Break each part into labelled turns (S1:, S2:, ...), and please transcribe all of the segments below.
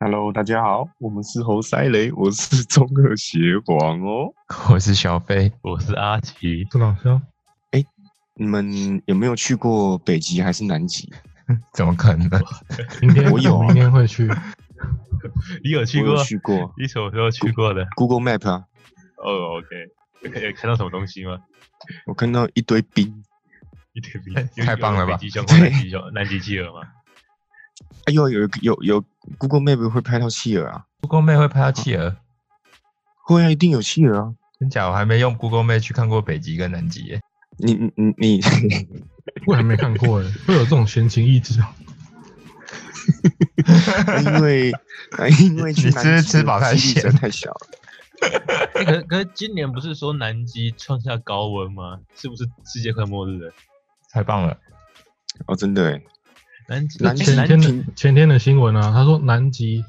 S1: Hello，大家好，我们是猴塞雷，我是中二邪皇哦。
S2: 我是小飞，
S3: 我是阿奇，
S4: 是老肖，
S1: 你们有没有去过北极还是南极？
S2: 怎么可能？
S4: 明天
S1: 我有啊
S4: 明天会去，
S3: 你有去
S1: 我有
S3: 过？
S1: 去过
S3: 你什么时候去过的？
S1: Google Map 啊，
S3: 哦，OK，有看有看到什么东西吗？
S1: 我看到一堆冰。
S3: 一点比
S2: 太棒了吧
S3: 北极熊或南极熊、南极企鹅吗？
S1: 哎呦，有有有 Google Map 会拍到企鹅啊？
S2: Google Map 会拍到企鹅，
S1: 会啊，一定有企鹅啊。
S2: 真假？我还没用 Google Map 去看过北极跟南极耶。
S1: 你你你你，
S4: 我还没看过哎， 会有这种闲情逸致啊？
S1: 因为啊因为去
S2: 你
S1: 南
S2: 是不是
S1: 极
S2: 吃饱太
S1: 几率
S2: 闲
S1: 真的太小了。
S3: 欸可可是今年不是说南极创下高温吗？是不是世界快末日了？
S2: 太棒了！
S1: 哦，真的哎，
S3: 南极
S1: 南极
S3: 欸
S4: 前
S3: 南
S4: 天
S3: 极
S1: 停
S4: 的前天的新闻啊，他说南极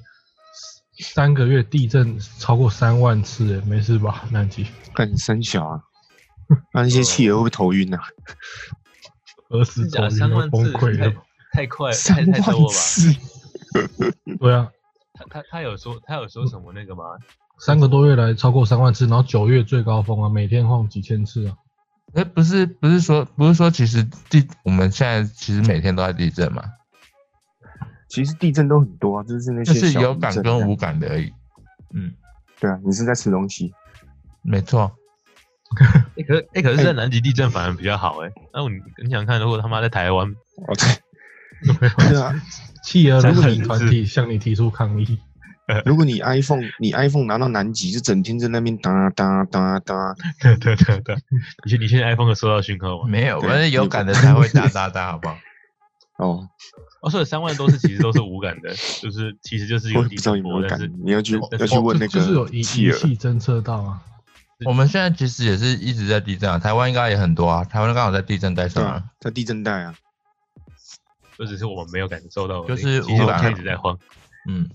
S4: 三个月地震超过三万次哎，没事吧？南极
S1: 干三小啊。那那些企鹅会不会头晕啊？
S4: 饿死
S3: 真
S4: 头
S3: 假
S4: 晕
S3: 三
S4: 要
S3: 万
S4: 崩
S3: 次
S4: 溃
S3: 太
S4: 了吧。
S3: 太快太
S1: 三
S3: 太多
S1: 万
S3: 了吧？
S1: 次，
S4: 对啊，
S3: 他他他有说他有说什么那个吗？
S4: 三个多月来超过三万次，然后九月最高峰啊，每天晃几千次啊。
S2: 哎，不是不是说不是说，其实地我们现在其实每天都在地震嘛，
S1: 其实地震都很多啊，就是那
S2: 就
S1: 些
S2: 是
S1: 小
S2: 有
S1: 地
S2: 感
S1: 震
S2: 跟
S1: 啊
S2: 无感的而已。嗯，
S1: 对啊，你是在吃东西。
S2: 没错。
S3: 欸可哎可是在南极地震反而比较好哎。那我你你想看，如果他妈在台湾，
S1: 哦，对，对啊，
S4: 企鹅如
S3: 三万
S4: 体团体向你提出抗议，
S1: 如果你 iPhone 你 iPhone 拿到南极，就整天在那边哒哒哒哒，
S3: 对对对对， 你现你现在 iPhone 有收到讯号吗？
S2: 没有，
S1: 哦对
S2: 但是有感的才会哒哒哒，好不好？
S1: 哦，
S3: 哦，所以三万多次其实都是无感的， 就是其实就是
S1: 我
S3: 有
S1: 也不
S3: 地
S1: 知道
S3: 震
S1: 有没
S3: 波，
S1: 有感
S3: 但是，
S1: 你要去
S3: 但
S1: 要去
S3: 哦
S1: 问那
S4: 就就是有
S1: 个
S4: 仪仪
S1: 企鹅，
S4: 器侦测到啊。
S2: 我们现在其实也是一直在地震啊，台湾应该也很多啊，台湾刚好在地震带
S1: 对
S2: 上啊
S1: 啊，，在地震带啊，
S3: 就只是我们没有感受到而已，
S2: 就是
S3: 其实
S2: 无
S3: 它
S2: 感
S3: 一直在晃。
S2: 嗯。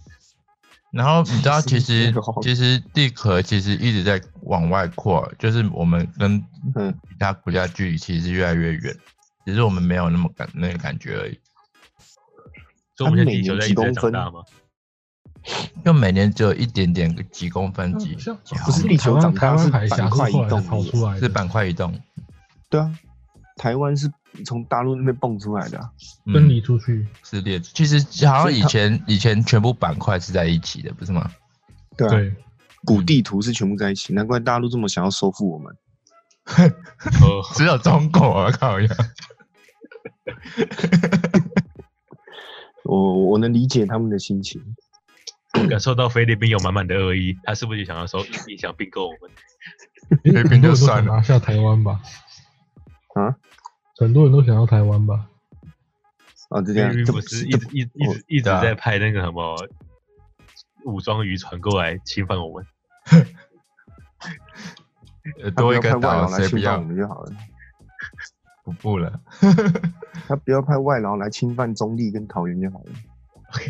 S2: 然后你知道，其
S1: 是
S2: 实
S1: 没有
S2: 其实地壳其实一直在往外扩，就是我们跟
S1: 嗯
S2: 其他国家距离其实越来越远，只是我们没有那么感那个感觉而已。
S3: 所以我们现
S1: 它
S3: 在
S1: 每
S3: 地球
S1: 年
S3: 在
S1: 几
S3: 一直在
S1: 公
S3: 长
S1: 分
S3: 大吗？
S2: 就每年只有一点点几公分几
S4: 嗯像
S2: 几毫
S1: 不是地
S2: 米
S1: 球长
S4: 台
S1: 大
S4: 湾
S1: 是
S4: 台湾海峡
S1: 板
S4: 是
S1: 块
S4: 后
S1: 移
S4: 来才
S1: 动
S4: 跑出来的，
S2: 是板块移动，
S1: 对啊，台湾是从大陆那边蹦出来的啊、
S4: 分
S2: 嗯，
S4: 离出去。
S2: 撕裂。其实好
S1: 所
S2: 像
S1: 以
S2: 以
S1: 它
S2: 前以前全部板块是在一起的，不是吗？
S1: 对啊，
S4: 对，
S1: 古地图是全部在一起，难怪大陆这么想要收复我们，
S3: 哦，
S2: 只有中国，我靠呀！
S1: 我我能理解他们的心情，
S3: 我感受到菲律宾有满满的恶意，他是不是也想要收，也想并购我们？
S2: 那边就算了
S4: 很多人都想拿下台湾吧？
S1: 啊？
S4: 很多人都想要台湾吧？
S1: 啊，就这
S3: 菲
S1: 样，
S3: 律宾
S1: 这
S3: 不是一直一直一
S1: 我
S3: 直一直
S2: 对啊
S3: 在派那个什么武装渔船过来侵犯我们？
S2: 呃
S1: 他不
S2: 多一
S1: 要派
S2: 个
S1: 外劳
S2: 岛
S1: 来
S2: 谁不
S1: 侵犯我
S2: 要
S1: 们就好了，
S2: 不不了？
S1: 他不要派外劳来侵犯中立跟桃园就好了。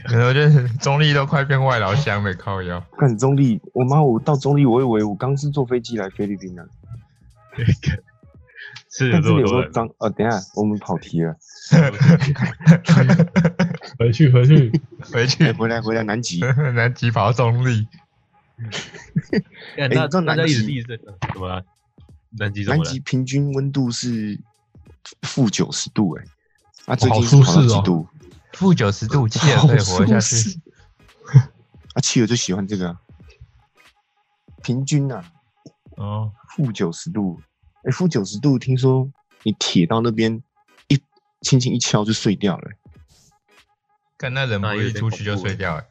S2: 可能就是中立都快变外劳乡了，靠腰。
S1: 看中立，我妈，我到中立，我以为我刚是坐飞机来菲律宾的、
S3: 是有
S1: 但
S3: 这
S1: 是
S3: 么
S1: 有时
S3: 多
S1: 候哎
S3: 人
S1: 当呃，等一下我们跑题了，
S4: 回去回去，
S2: 回
S1: 哎、
S2: 去
S1: 回来回来南极，
S2: 南极跑到中立，
S3: 干，
S1: 哎
S3: 那
S1: 你知道
S3: 大家
S1: 南
S3: 一直
S1: 极
S3: 地震，怎么了？南极怎
S1: 南
S3: 么了
S1: 极？平均温度是负九十度、哎，啊，最
S4: 好
S1: 近是跑到
S4: 舒适
S1: 几
S4: 哦
S1: 度？
S2: 负九十度，气
S1: 好
S2: 儿可以
S1: 舒
S2: 活下 去
S1: 适。 啊，企鹅就喜欢这个啊、平均啊，
S2: 哦，
S1: 负九十度，哎、负九十度，听说你铁到那边一轻轻一敲就碎掉了、
S2: 看那人不
S3: 那有
S2: 一
S3: 点
S2: 出去就
S3: 恐怖
S2: 睡觉、欸，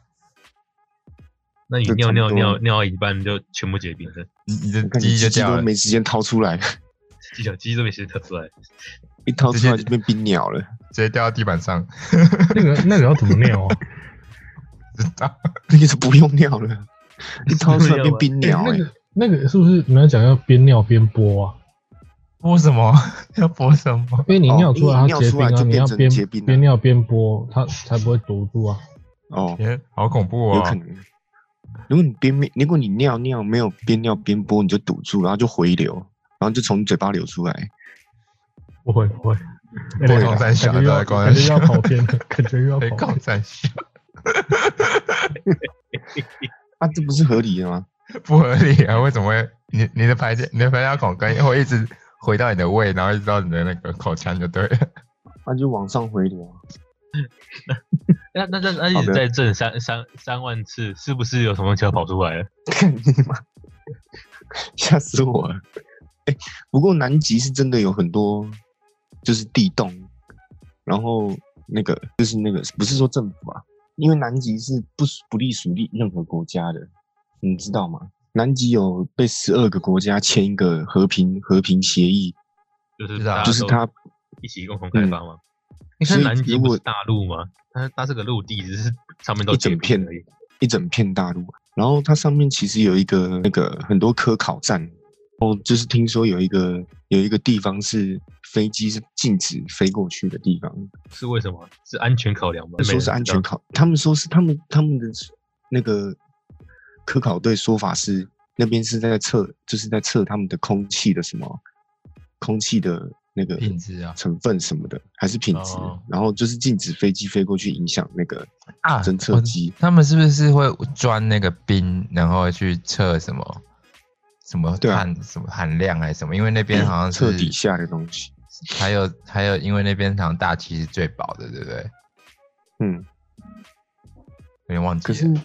S3: 那你
S1: 就
S3: 尿
S1: 差不
S3: 尿
S1: 多
S3: 尿尿到一半就全部结冰了，
S2: 你你的
S1: 我看
S2: 鸡
S1: 你
S2: 就
S1: 鸡鸡
S2: 掉
S1: 都
S2: 了，
S1: 没时间掏出来，
S3: 鸡小鸡都被先特欸出来。
S1: 一掏
S2: 直
S1: 出来
S2: 接
S1: 就变冰鸟了。
S2: 直接掉到地板上。
S4: 那个那个要怎么 尿啊？
S2: 知道
S1: 那个是不用尿 了，一掏出来变冰鸟、
S4: 那
S1: 欸，
S4: 个那个是不是你们要讲要边尿边播啊？
S2: 播什么？ 要播什么？
S4: 因为你
S1: 哦
S4: 尿出来
S1: 因为你
S4: 它
S1: 尿
S4: 结
S1: 出
S4: 冰
S1: 来
S4: 啊，
S1: 就
S4: 你
S1: 变
S4: 要
S1: 成
S4: 边
S1: 结冰了
S4: 边尿边播，它才不会堵住啊。
S1: 哦，
S2: 天，好恐怖
S1: 有可
S2: 哦！
S1: 能。如果你边尿，如果你尿尿没有边尿边播，你就堵住，然后就回流，然后就从你嘴巴流出来。
S4: 不会不会，
S2: 不会光三小
S4: 感
S2: 对
S4: 觉要
S2: 光三
S4: 感 觉
S2: 小
S4: 要跑偏了，感觉又要
S2: 被
S4: 跑
S2: 搞
S4: 偏。
S2: 在笑。
S1: 啊，这不是合理的吗？
S2: 不合理啊！为什么会你你的排泄你的排泄孔跟会一直回到你的胃，然后一直到你的那个口腔就对了。
S1: 那就往上回流啊。
S3: 那那那那一
S1: 好
S3: 直
S1: 的
S3: 在震三三三万次，是不是有什么球跑出来了？
S1: 看你妈，吓死我了！哎、不过南极是真的有很多，就是地洞，然后那个就是那个不是说政府啊，因为南极是不属不隶属于任何国家的，你知道吗？南极有被十二个国家签一个和平和平协议，
S3: 就是
S2: 是啊
S3: 大家
S1: 就是
S3: 都
S1: 它
S3: 一起共同开发吗？你
S1: 所
S3: 看
S1: 以
S3: 南极
S1: 如
S3: 不
S1: 果
S3: 是大陆吗？它它是个陆地，只是上面都
S1: 一整
S3: 结冰
S1: 片
S3: 而已。
S1: 一整片大陆，然后它上面其实有一个那个很多科考站，哦，就是听说有一个有一个地方是飞机是禁止飞过去的地方，
S3: 是为什么？是安全考量吗？没
S1: 说是
S3: 人
S1: 安
S3: 知
S1: 全
S3: 道
S1: 考，他们说是他们他们的那个科考队说法是那边是在测，就是在测他们的空气的什么空气的那个
S2: 品质啊
S1: 成分什么的，还是品质，
S3: 哦
S1: 然后就是禁止飞机飞过去影响那个
S2: 啊
S1: 侦测
S2: 我
S1: 机。
S2: 他们是不是会钻那个冰，然后去测什么什么
S1: 对啊
S2: 碳、什么含量还是什么？因为那边好像是
S1: 测底下的东西，
S2: 还有还有，因为那边好像大气是最薄的，对不对？
S1: 嗯，
S2: 有点忘记
S1: 可
S2: 了。
S1: 是，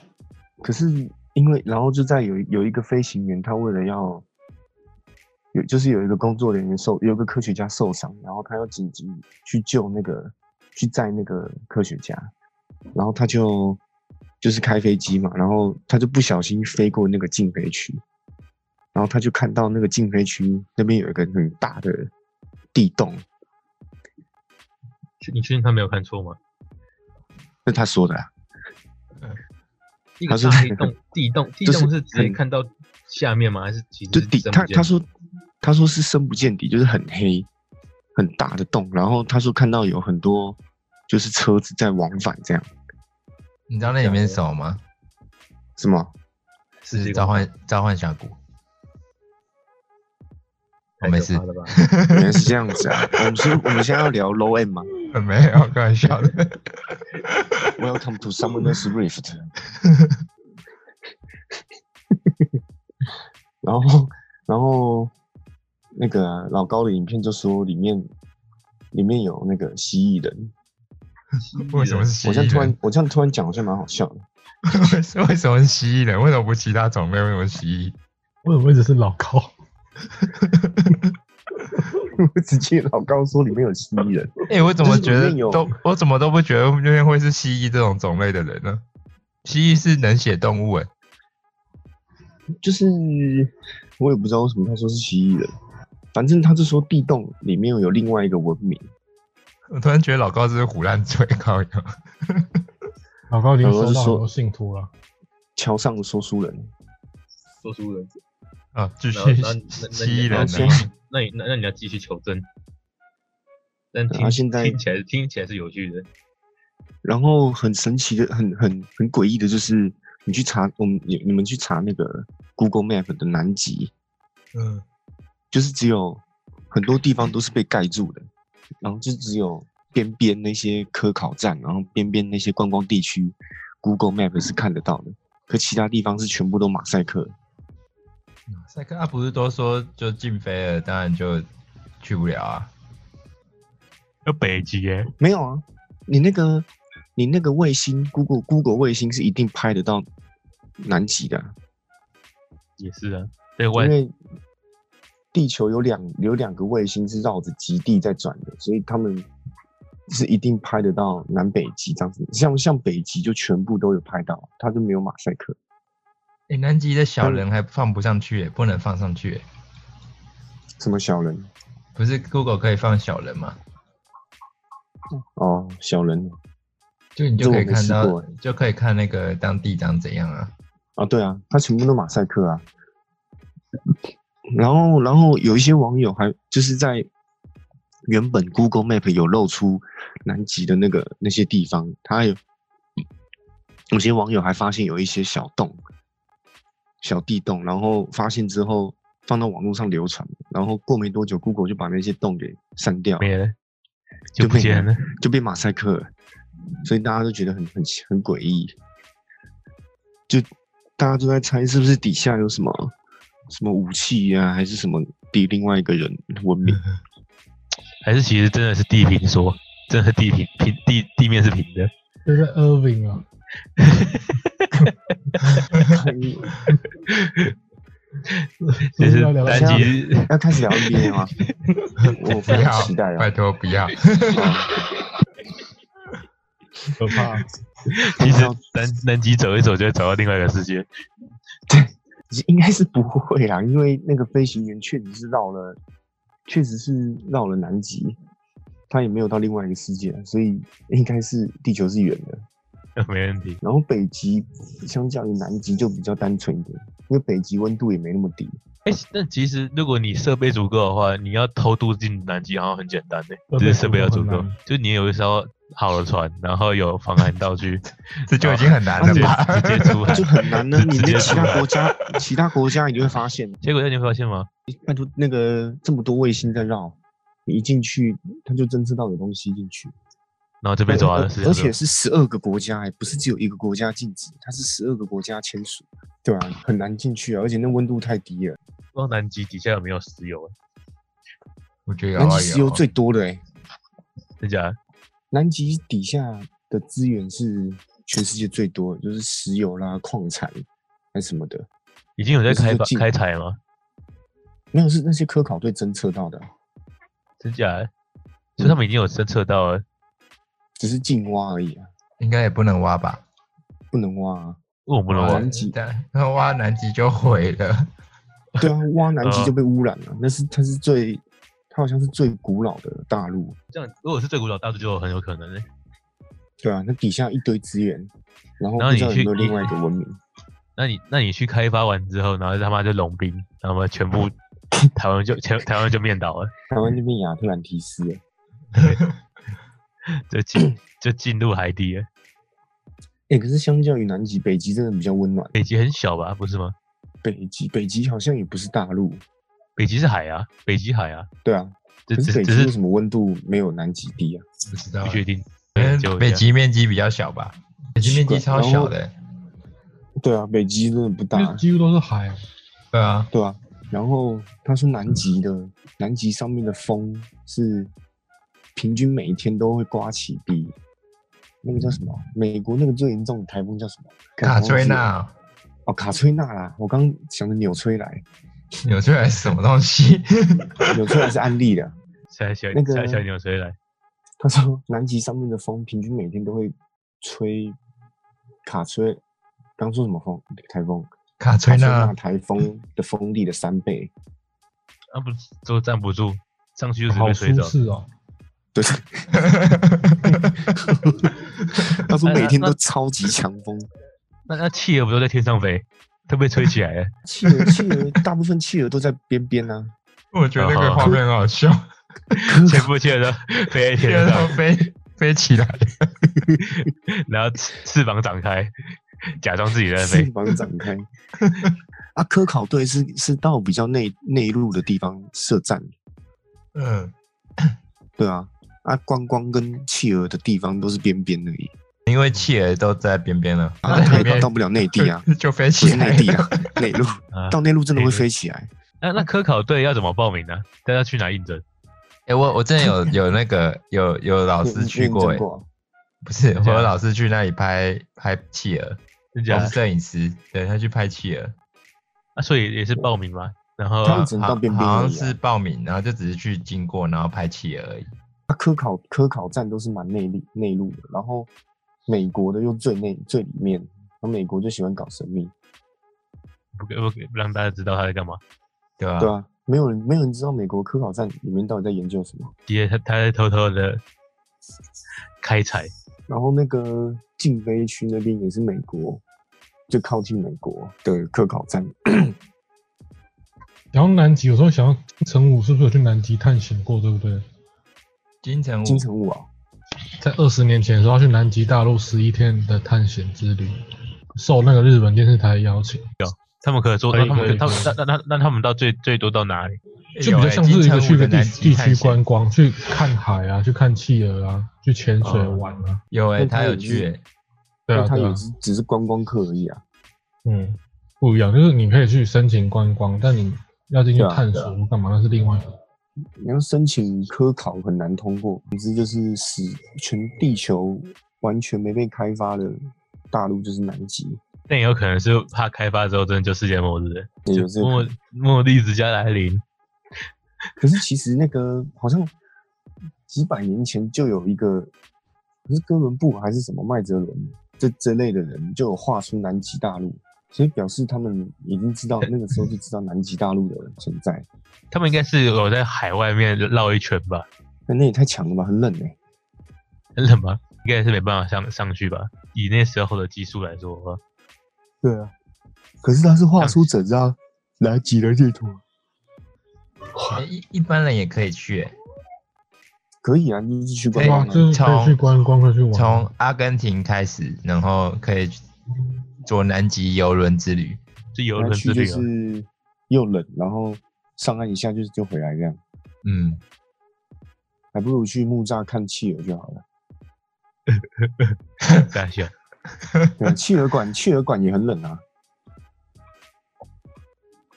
S1: 可是因为然后就在有一有一个飞行员，他为了要有就是有一个工作人员受有一个科学家受伤，然后他要紧急去救那个去载那个科学家，然后他就就是开飞机嘛，然后他就不小心飞过那个禁飞区，然后他就看到那个禁飞区那边有一个很大的地洞，
S3: 确你确定他没有看错吗？
S1: 那他说的、啊，
S3: 一个
S1: 他是
S3: 大 黑洞，地洞，地
S1: 就是
S3: 洞是直接
S1: 很
S3: 看到下面吗？还是其实
S1: 就是底
S3: 深不
S1: 他
S3: 见
S1: 他
S3: 底
S1: 说他说是深不见底，就是很黑很大的洞，然后他说看到有很多就是车子在往返这样，
S2: 你知道那里面是什么吗？
S1: 是吗？
S3: 世
S2: 是
S3: 界
S2: 召
S3: 公
S2: 唤召唤峡谷。我
S3: 太
S2: 没
S3: 可
S2: 事
S3: 怕， 了吧？
S1: 原来是这样子 啊！我们是，我们现在要聊 low end 吗
S2: 没有开玩 笑的。
S1: ？Welcome to Summoner's Rift。然后，然后那个啊、老高的影片就说里面里面有那个蜥蜴人，
S2: 为什么是蜥
S1: 我这样
S2: 蜴
S1: 突然
S2: 人？
S1: 我这样突然讲好像蛮好笑的。
S2: 为什么是蜥蜴人？为什么不其他种类？为什么蜥 蜴？
S4: 为什么一直是老高？
S1: 我直接老高说里面有蜥蜴人，
S2: 哎、我怎么觉
S1: 就是
S2: 得
S1: 里面有
S2: 都我怎么都不觉得那边会是蜥蜴这种种类的人呢？蜥蜴是冷血动物哎、
S1: 就是我也不知道为什么他说是蜥蜴人，反正他就说地洞里面有另外一个文明，
S2: 我突然觉得老高这是胡乱 吹高腰，
S4: 老高已经
S1: 老高
S4: 收
S1: 是
S4: 到很
S1: 说
S4: 多信徒了。
S1: 桥上的说书人，
S3: 说书人，
S2: 啊，继
S3: 然后
S2: 续
S3: 然后那那
S2: 蜥蜴
S3: 那
S1: 呢然后
S2: 人啊
S3: 你
S2: 呢？
S1: 先
S3: 那你那那你要继续求证。但
S1: 对啊
S3: 听
S1: 现在
S3: 听起来听起来是有趣的，
S1: 然后很神奇的、很很很诡异的，就是你去查，我们你你们去查那个 Google Map 的南极，
S2: 嗯，
S1: 就是只有很多地方都是被盖住的，然后就只有边边那些科考站，然后边边那些观光地区，Google Map 是看得到的，可其他地方是全部都马赛克的。
S2: 赛克啊，不是都说就禁飞了，当然就去不了啊。
S3: 有北极耶，
S1: 没有啊，你那个你那个卫星，Google Google 卫星是一定拍得到南极的啊、
S3: 也是啊，对外
S1: 因为地球有两有两个卫星是绕着极地在转的，所以他们是一定拍得到南北极这样子。像像北极就全部都有拍到，它就没有马赛克。
S2: 哎、南极的小人还放不上去、欸，不能放上去、欸。
S1: 什么小人
S2: 不是 Google 可以放小人吗？
S1: 哦，小人
S2: 就你
S1: 这
S2: 就
S1: 我
S2: 可以
S1: 没
S2: 看
S1: 试
S2: 到
S1: 过欸，
S2: 就可以看那个当地长怎样啊。
S1: 啊，对啊，它全部都马赛克啊。然后，然后有一些网友还就是在原本 Google Map 有露出南极的那个那些地方，他还有有些网友还发现有一些小洞、小地洞，然后发现之后放到网络上流传，然后过没多久，Google 就把那些洞给删掉，
S3: 没了，
S1: 就
S3: 就不
S1: 没
S3: 见
S1: 了
S3: 了。
S1: 就被马赛克了，所以大家都觉得很很很诡异。就大家都在猜是不是底下有什么什么武器啊，还是什么比另外一个人文 明？
S3: 还是其实真的是地平说，真的是地平平地地面是平的。
S4: 这是 Irving 啊，
S3: 就
S4: 这
S3: 是
S4: 要聊
S3: 南
S1: 下
S3: 极，
S1: 要开始聊 NBA 吗？我
S2: 不
S1: 非
S2: 要
S1: 常期待，
S2: 拜
S1: 啊！
S2: 托不 要。
S4: 可怕。
S3: 其实南南极走一走就会走到另外一个世界。
S1: 应该是不会啦，因为那个飞行员确实是绕了，确实是绕了南极，他也没有到另外一个世界，所以应该是地球是圆的。
S3: 没问题，
S1: 然后北极相较于南极就比较单纯一点，因为北极温度也没那么低。
S3: 哎、但其实如果你设备足够的话，你要偷渡进南极好像很简单呢、
S4: 设备
S3: 只是设备要足
S4: 足够
S3: 够
S4: 很难，
S3: 就你有一艘好的船，然后有防寒道具，
S2: 这就已经很难了吧？
S1: 哦
S3: 直接出海
S1: 就。很难呢。你啊
S3: 直接
S1: 那其
S3: 出来
S1: 他国家，其他国家你就会发现，
S3: 结果有点发现吗？
S1: 拜托那个这么多卫星在绕，你一进去他就侦测到有东西进去，
S3: 然后就被抓了，是这
S1: 而
S3: 样
S1: 且是
S3: 子。
S1: 十二个国家、欸，不是只有一个国家禁止，它是十二个国家签署，对吧、很难进去啊，而且那温度太低了，
S3: 不知道南极底下有没有石油、欸？
S2: 我觉得有
S1: 南
S2: 啊
S1: 极石油
S2: 啊
S1: 最多的哎、欸，
S3: 真假的？
S1: 南极底下的资源是全世界最多的，就是石油啦、矿产还什么的，
S3: 已经有在
S1: 不是
S3: 开
S1: 就
S3: 发
S1: 进
S3: 开采吗？
S1: 没有是那些科考队侦测到的啊，
S3: 真假的？所以他们已经有侦测到了，
S1: 只是禁挖而已啊，
S2: 应该也不能挖吧？哦
S1: 不能挖、啊。
S3: 问我们了
S1: 哇
S3: 我
S1: 南极
S2: 但那挖南极就毁了。
S1: 对啊，挖南极
S3: 呃
S1: 就被污染了，那是它是最，它好像是最古老的大陆。
S3: 这样，如果是最古老大陆就很有可能、欸。
S1: 对啊，那底下一堆资源，然后
S3: 然后
S1: 不知
S3: 你
S1: 道有
S3: 去
S1: 没有另
S3: 你
S1: 外一个文明。
S3: 那你那你去开发完之后，然后他妈就融冰，然后他妈全部台湾就全台湾就面倒了，
S1: 台湾这边亚特兰提斯了，欸
S3: 就进就进入海底了。
S1: 哎、可是相较于南极，北极真的比较温暖。
S3: 北极很小吧，不是吗？
S1: 北极，北极好像也不是大陆。
S3: 北极是海啊，北极海啊，
S1: 对啊，
S3: 这
S1: 可是
S3: 只
S1: 北极
S3: 只
S1: 为
S3: 是
S1: 什么温度没有南极低啊？
S2: 不知道
S3: 不
S2: 欸，
S3: 确定。
S2: 可能
S3: 就
S2: 北极面积比较小吧？北极面积超小的欸。
S1: 对啊，北极真的不
S4: 因
S1: 大
S4: 为。几乎都是海啊，
S2: 对啊，
S1: 对啊，然后他说南极的，南极上面的风是平均每一天都会刮起比那个叫什么？美国那个最严重的台风叫什么？啊
S2: 卡崔
S1: 干
S2: 娜
S1: 我忘记了哦，卡崔娜啦，我刚想的纽崔莱，
S2: 扭出来是什么东西？
S1: 纽崔莱是安利的。
S3: 才小
S1: 那个
S3: 才小牛吹来，
S1: 他说南极上面的风平均每天都会吹卡崔，刚说什么风？台风？
S2: 卡
S1: 卡
S2: 崔
S1: 崔
S2: 娜
S1: 娜台风的风力的三倍。
S3: 那、啊不是都站不住，上去就直
S4: 好
S3: 被吹
S4: 舒
S3: 走。
S4: 适哦。
S1: 对， 他说每天都超级强风。
S3: 那那企鹅不都在天上飞，都被吹起来 了。
S1: 企鹅，企鹅，大部分企鹅都在边边啊。
S2: 我觉得那个画面很好笑，
S3: 全部企鹅都飞在天
S2: 天上，
S3: 上
S2: 飞飞起来，
S3: 然后翅翅膀展开，假装自己在
S1: 翅
S3: 飞。
S1: 膀展开。 啊，科考队是是到比较内内陆的地方设站，
S2: 嗯，
S1: 对啊。啊，观光跟企鹅的地方都是边边而已，
S2: 因为企鹅都在边边了，
S1: 啊，
S2: 在
S1: 它
S2: 那
S1: 也
S2: 边
S1: 到不了内地啊，
S2: 就就飞
S1: 不
S2: 起
S1: 是
S2: 来
S1: 内地啊，内陆
S3: 啊
S1: 到内陆真的
S3: 内
S1: 会
S3: 陆
S1: 飞起来。
S3: 那那科考队要怎么报名呢、大家去哪应征？
S2: 哎、我我之 前有有那个有有老
S1: 你
S2: 师
S1: 你
S2: 去
S1: 你
S2: 过、
S1: 见
S2: 欸，
S1: 过啊
S2: 不是
S3: 真
S2: 我
S3: 假
S2: 有
S3: 的
S2: 老师去那里拍拍企鹅，
S3: 真假
S2: 他
S3: 的
S4: 哦
S2: 是？摄影师，对他去拍企鹅，
S3: 啊，所以也是报名吗？然后啊
S1: 他们只能
S2: 好
S1: 到边边
S2: 好
S1: 而
S2: 像
S1: 已
S2: 是
S1: 啊。
S2: 报名，然后就只是去经过，然后拍企鹅而已。
S1: 啊科考科考站都是蛮内陆内陆的，然后美国的又最内最里面，然后美国就喜欢搞神秘，
S3: 不给不给不让大家知道他在干嘛，
S2: 对吧、
S1: 对啊，没有人没有人知道美国科考站里面到底在研究什么。
S3: 也他他在偷偷的开采，
S1: 然后那个禁飞区那边也是美国，就靠近美国的科考站。
S4: 嗯然后南极，有时候想要金城武是不是有去南极探险过，对不对？
S2: 金城武，
S1: 金城武啊，
S4: 在二十年前的时候，他去南极大陆十一天的探险之旅，受那个日本电视台邀请，
S2: 哎
S3: 他们可说，
S4: 可以
S3: 那他们
S4: 可以
S3: 他们
S4: 可以
S3: 那那那那他们到最最多到哪里？
S2: 哎
S4: 就
S2: 有
S4: 比较
S2: 欸
S4: 像
S2: 金
S4: 是一
S2: 城
S4: 个
S2: 武
S4: 去一
S2: 的
S4: 个地
S2: 南极
S4: 地
S2: 探
S4: 区
S2: 险
S4: 观光，去看海啊，去看企鹅啊，去潜水
S3: 哦
S4: 玩啊，
S2: 有哎、
S1: 那他
S2: 他有
S1: 也
S2: 去、
S1: 是
S2: 欸，
S4: 对啊，
S1: 那他
S4: 对
S1: 也
S4: 啊，
S1: 是只是观光客而已啊。
S4: 嗯，不一样，就是你可以去申请观光，但你要进去
S1: 对啊
S4: 探
S1: 对
S4: 索
S1: 啊
S4: 或干嘛，那是另外一个。
S1: 你要申请科考很难通过，总之就是使全地球完全没被开发的大陆就是南极，
S3: 但也有可能是怕开发之后真的就世界末日，
S1: 也有这个可
S3: 末
S1: 能。
S3: 末日之家来临。
S1: 可是其实那个好像几百年前就有一个，可是哥伦布还是什么麦哲伦这这类的人就有画出南极大陆，所以表示他们已经知道那个时候就知道南极大陆的存在。
S3: 他们应该是有在海外面绕一圈吧？
S1: 那那也太强了吧，很冷哎、
S3: 很冷吗？应该是没办法上上去吧？以那时候的技术来说的话，
S1: 对啊，可是他是画出整张南极的地图，
S2: 哎一一般人也可以去、欸，
S1: 可以啊，就是去观
S2: 对
S4: 哇，
S1: 光、啊。
S4: 这是可以去观光，可以去玩。
S2: 哎从阿根廷开始，然后可以去坐南极游轮之旅。
S3: 就游
S1: 那
S3: 轮
S1: 去就
S3: 之旅啊，
S1: 是又冷，然后上岸一下就是就回来这样，
S2: 嗯，
S1: 还不如去木栅看企鹅就好了。
S3: 大小
S1: 对啊，企鹅馆企鹅馆也很冷啊。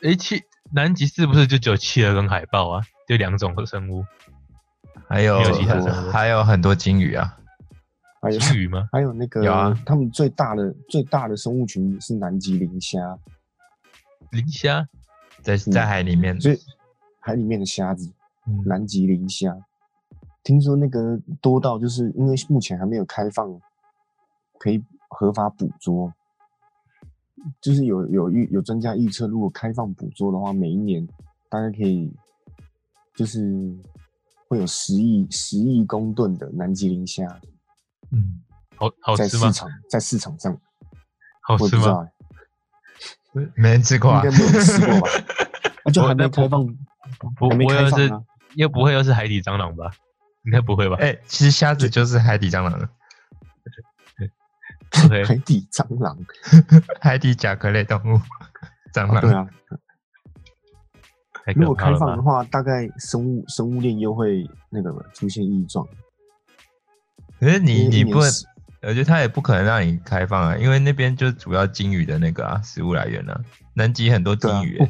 S3: 诶，企南极是不是就只有企鹅跟海豹啊？就两种生物，
S2: 还有
S3: 没有其他
S1: 什
S2: 很
S3: 么
S2: 还有很多鲸鱼啊，
S1: 还有
S3: 鲸鱼吗？
S1: 还有那个，
S2: 有啊
S1: 他们最大的最大的生物群是南极磷虾，
S3: 磷虾？
S2: 在在海里面。
S1: 嗯所以海里面的虾子，
S4: 嗯
S1: 南极磷虾，听说那个多到就是因为目前还没有开放，可以合法捕捉，就是有有预有专家预测，如果开放捕捉的话，每一年大概可以就是会有十亿十亿公吨的南极磷虾
S4: 嗯，
S3: 好好
S1: 在
S3: 吃
S1: 市
S3: 哦吗？
S1: 场在市场上，
S3: 好
S1: 我也
S3: 吃
S1: 不知道
S3: 吗？
S1: 欸、
S2: 没人吃过、
S1: 应
S2: 啊
S1: 该，没有人吃过吧？啊，就还没开放，
S3: 不
S1: 还没
S3: 不会
S1: 开
S3: 又
S1: 放
S3: 是
S1: 啊。
S3: 又不会又是海底蟑螂吧？应该不会吧
S2: 哎、其实虾子就是海底蟑螂 啊了，
S3: ？OK，
S1: 海底蟑螂，
S2: 海底甲壳类动物， 蟑螂。
S1: 对啊，
S3: 太
S1: 如
S3: 可
S1: 果
S3: 怕
S1: 开
S3: 了
S1: 放的
S3: 吧？
S1: 话，大概生物生物链又会那个出现异状。
S2: 可是你
S1: 因为一
S2: 你
S1: 年
S2: 不能，
S1: 四
S2: 我觉得它也不可能让你开放啊，因为那边就是主要鲸鱼的那个啊食物来源啊，南极很多
S1: 对啊
S2: 鲸鱼、，
S1: 不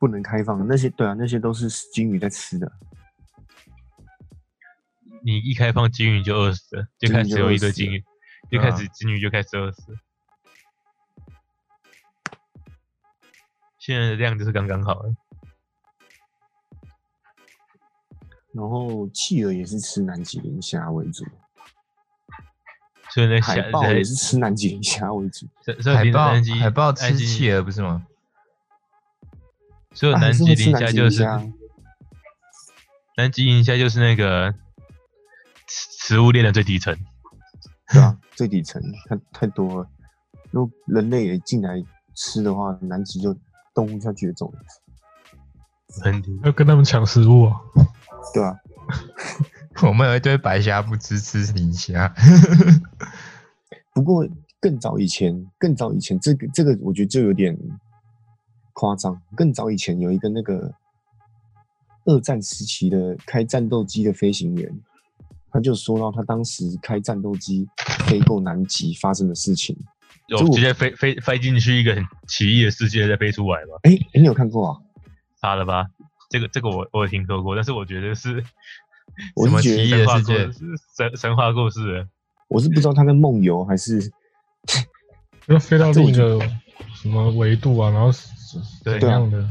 S1: 不能开放那些，对啊，那些都是鲸鱼在吃的，
S3: 你一开放鲸鱼就饿死了，就
S1: 鲸鱼
S3: 开始
S1: 就
S3: 有一
S1: 饿
S3: 堆
S1: 死
S3: 鲸
S1: 了
S3: 鱼，就
S2: 对
S3: 开
S2: 啊
S3: 始鲸鱼就开始饿死了。现在的量就是刚刚好了，
S1: 然后企鹅也是吃南极磷虾为主，
S3: 所以呢，
S1: 海
S3: 哎下
S1: 豹
S3: 在
S1: 也是吃南极磷虾为主，
S3: 所所
S2: 海
S3: 以
S2: 豹
S3: 南极
S2: 海豹
S3: 南
S2: 吃
S3: 极
S2: 企鹅不是吗？
S3: 所有
S1: 啊还
S3: 南
S1: 是
S3: 极
S1: 会吃
S3: 磷
S1: 南
S3: 虾
S1: 极
S3: 就
S1: 磷
S3: 是
S1: 虾。
S3: 南极磷虾就是那个食食物链的最底层，
S1: 对啊， 最底层它太多了，如果人类也进来吃的话，南极就动物就要绝种了，
S3: 很底。
S4: 要跟他们抢食物啊！
S1: 对啊，
S2: 我们有一堆白虾不吃，吃磷虾。
S1: 不过更早以前，更早以前，这个这个我觉得就有点夸张。更早以前有一个那个二战时期的开战斗机的飞行员，他就说到他当时开战斗机飞过南极发生的事情。
S3: 就
S1: 就我
S3: 哦直接飞飞飞进去一个很奇异的世界，再飞出来嘛，
S1: 哎、你有看过啊？
S3: 杀了吧？这个这个我我有听说过，但是我觉得是
S1: 我
S2: 什么
S1: 是觉
S2: 奇异
S1: 得
S2: 的
S3: 神话
S2: 世
S3: 故
S2: 界
S3: 事，是神神话故事了。
S1: 我是不知道他在梦游还是
S4: 要飞到
S3: 啊
S4: 另一个什么维度啊，然后是
S3: 对
S4: 怎样的？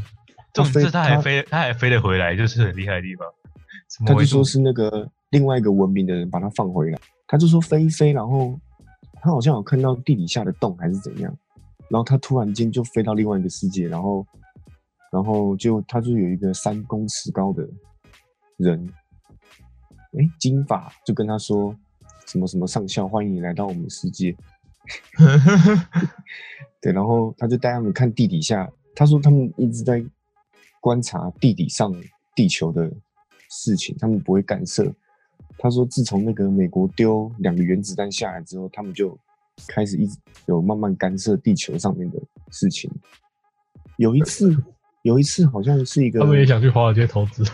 S1: 他
S3: 重点
S1: 飞
S3: 是哦他还
S1: 他
S3: 飞，他还飞得回来，就是很厉害的地方。
S2: 什
S1: 他
S2: 么
S1: 就
S2: 维
S1: 说
S2: 度？
S1: 是那个另外一个文明的人把他放回来，他就说飞一飞，然后他好像有看到地底下的洞还是怎样，然后他突然间就飞到另外一个世界，然后然后就他就有一个三公尺高的人，哎，金发就跟他说什么什么上校，欢迎你来到我们世界，对，然后他就带他们看地底下，他说他们一直在观察地底上地球的事情，他们不会干涉。他说自从那个美国丢两个原子弹下来之后，他们就开始一直有慢慢干涉地球上面的事情。有一次，有一次好像是一个
S3: 啊
S4: 他们也想去华尔街投资，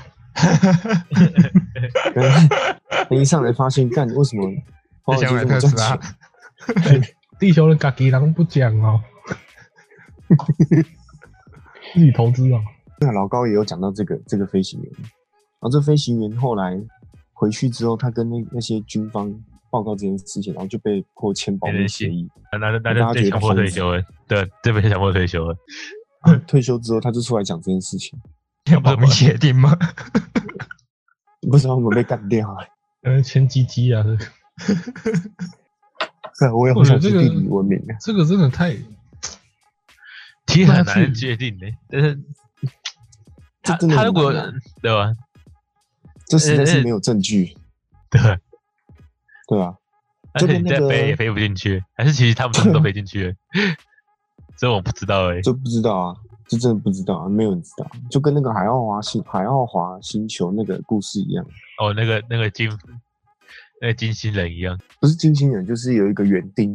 S1: 等一上来发现，干为什 么华尔街
S2: 想买
S1: 这么
S2: 特斯
S1: 赚
S2: 拉
S1: 钱？
S4: 地球人嘎吉狼不讲哦，啊自己投资啊。
S1: 那老高也有讲到这个这个飞行员，然后这飞行员后来回去之后，他跟那那些军方报告这件事情，然后就被迫签保密协议。
S3: 那那
S1: 大家觉
S3: 那就被
S1: 得
S3: 强迫退
S1: 疯子
S3: 休了，对，这被强迫 退休了。
S1: 退休之后，他就出来讲这件事情，
S2: 要保密协定 吗？
S1: 不知道我们被干掉、欸。
S4: 因为前几集啊，这个
S1: 对，啊我也好
S4: 我觉
S1: 想
S4: 得
S1: 去
S4: 这个
S1: 地理文明啊。
S4: 这个真的太
S3: 其实很
S4: 但是
S3: 难界定的、但是
S1: 这
S3: 他
S1: 真的
S3: 他
S1: 很
S3: 如果
S1: 难啊
S3: 对吧？
S1: 这实在
S3: 呃
S1: 是
S3: 呃
S1: 没有证据，
S3: 对，
S1: 对啊吧、
S3: 而且
S1: 跟
S3: 你
S1: 那
S3: 在
S1: 个
S3: 飞也飞不进去，还是其实他们真的都飞进去了， 这我不知道哎、
S1: 这不知道啊，这真的不知道啊，没有人知道。就跟那个海奥华星海奥华星球那个故事一样，
S3: 哦，那个那个金那个金星人一样，
S1: 不是金星人，就是有一个园丁，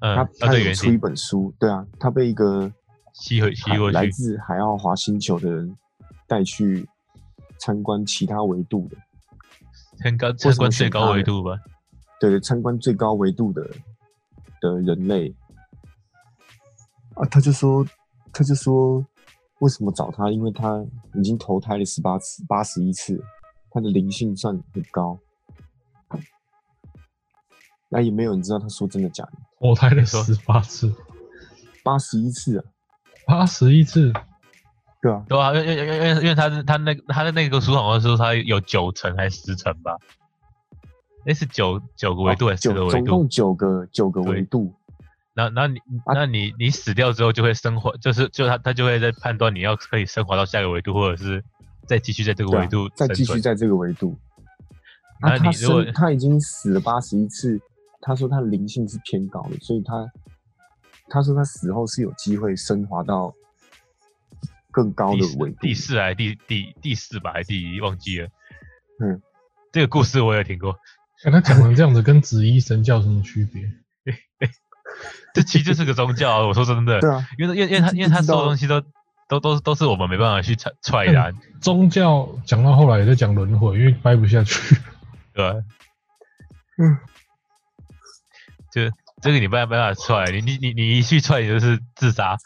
S3: 嗯，
S1: 他、
S3: 啊
S1: 他
S3: 对，
S1: 有
S3: 原
S1: 出一
S3: 地
S1: 本书，对啊，他被一个
S3: 吸回吸
S1: 海
S3: 过
S1: 来
S3: 去，
S1: 自海奥华星球的人带去参观其他维度的，
S3: 参高
S1: 什么
S3: 参观最
S1: 选
S3: 高
S1: 他
S3: 维
S1: 的
S3: 度吧，
S1: 对，参观最高维度的的人类啊，他就说，他就说，为什么找他？因为他已经投胎了十八次，八十一次，他的灵性算很高。那也没有人知道他说真的假的，
S4: 投胎了
S3: 你说
S4: 十八次，
S1: 八十一次啊，
S4: 八十一次，
S1: 对啊，
S3: 对啊，因为因为因为因为他是他那他的那个书好像说他有九层还是十层吧，那是九九个维度还
S1: 哦
S3: 是十个
S1: 九
S3: 维
S1: 总
S3: 度？
S1: 共九个九个维
S3: 对
S1: 度，
S3: 那那你
S1: 啊
S3: 那你你死掉之后就会升华，就是就他他就会在判断你要可以升华到下个维度，或者是再继续在这个
S1: 对啊
S3: 维度
S1: 再
S3: 生
S1: 继续
S3: 存。
S1: 在这个维度。啊
S3: 那
S1: 他
S3: 你如果
S1: 生他已经死了八十一次，他说他的灵性是偏高的，所以他他说他死后是有机会升华到更高
S3: 第
S1: 的
S3: 四
S1: 维度。
S3: 第四还是第第第四吧，还是第忘记了。
S1: 嗯，
S3: 这个故事我有听过，
S4: 看他讲成这样子，跟紫衣神教有什么区别？
S3: 这其实就是个宗教啊、我说真 的，
S1: 对啊，
S3: 因为因为因为他因为他所有东西都都都都是我们没办法去揣揣 的啊、
S4: 宗教讲到后来也在讲轮回，因为掰不下去。
S3: 对吧？
S1: 嗯，
S3: 就这个你没办法没办法踹，你你你你一去踹你就是自杀，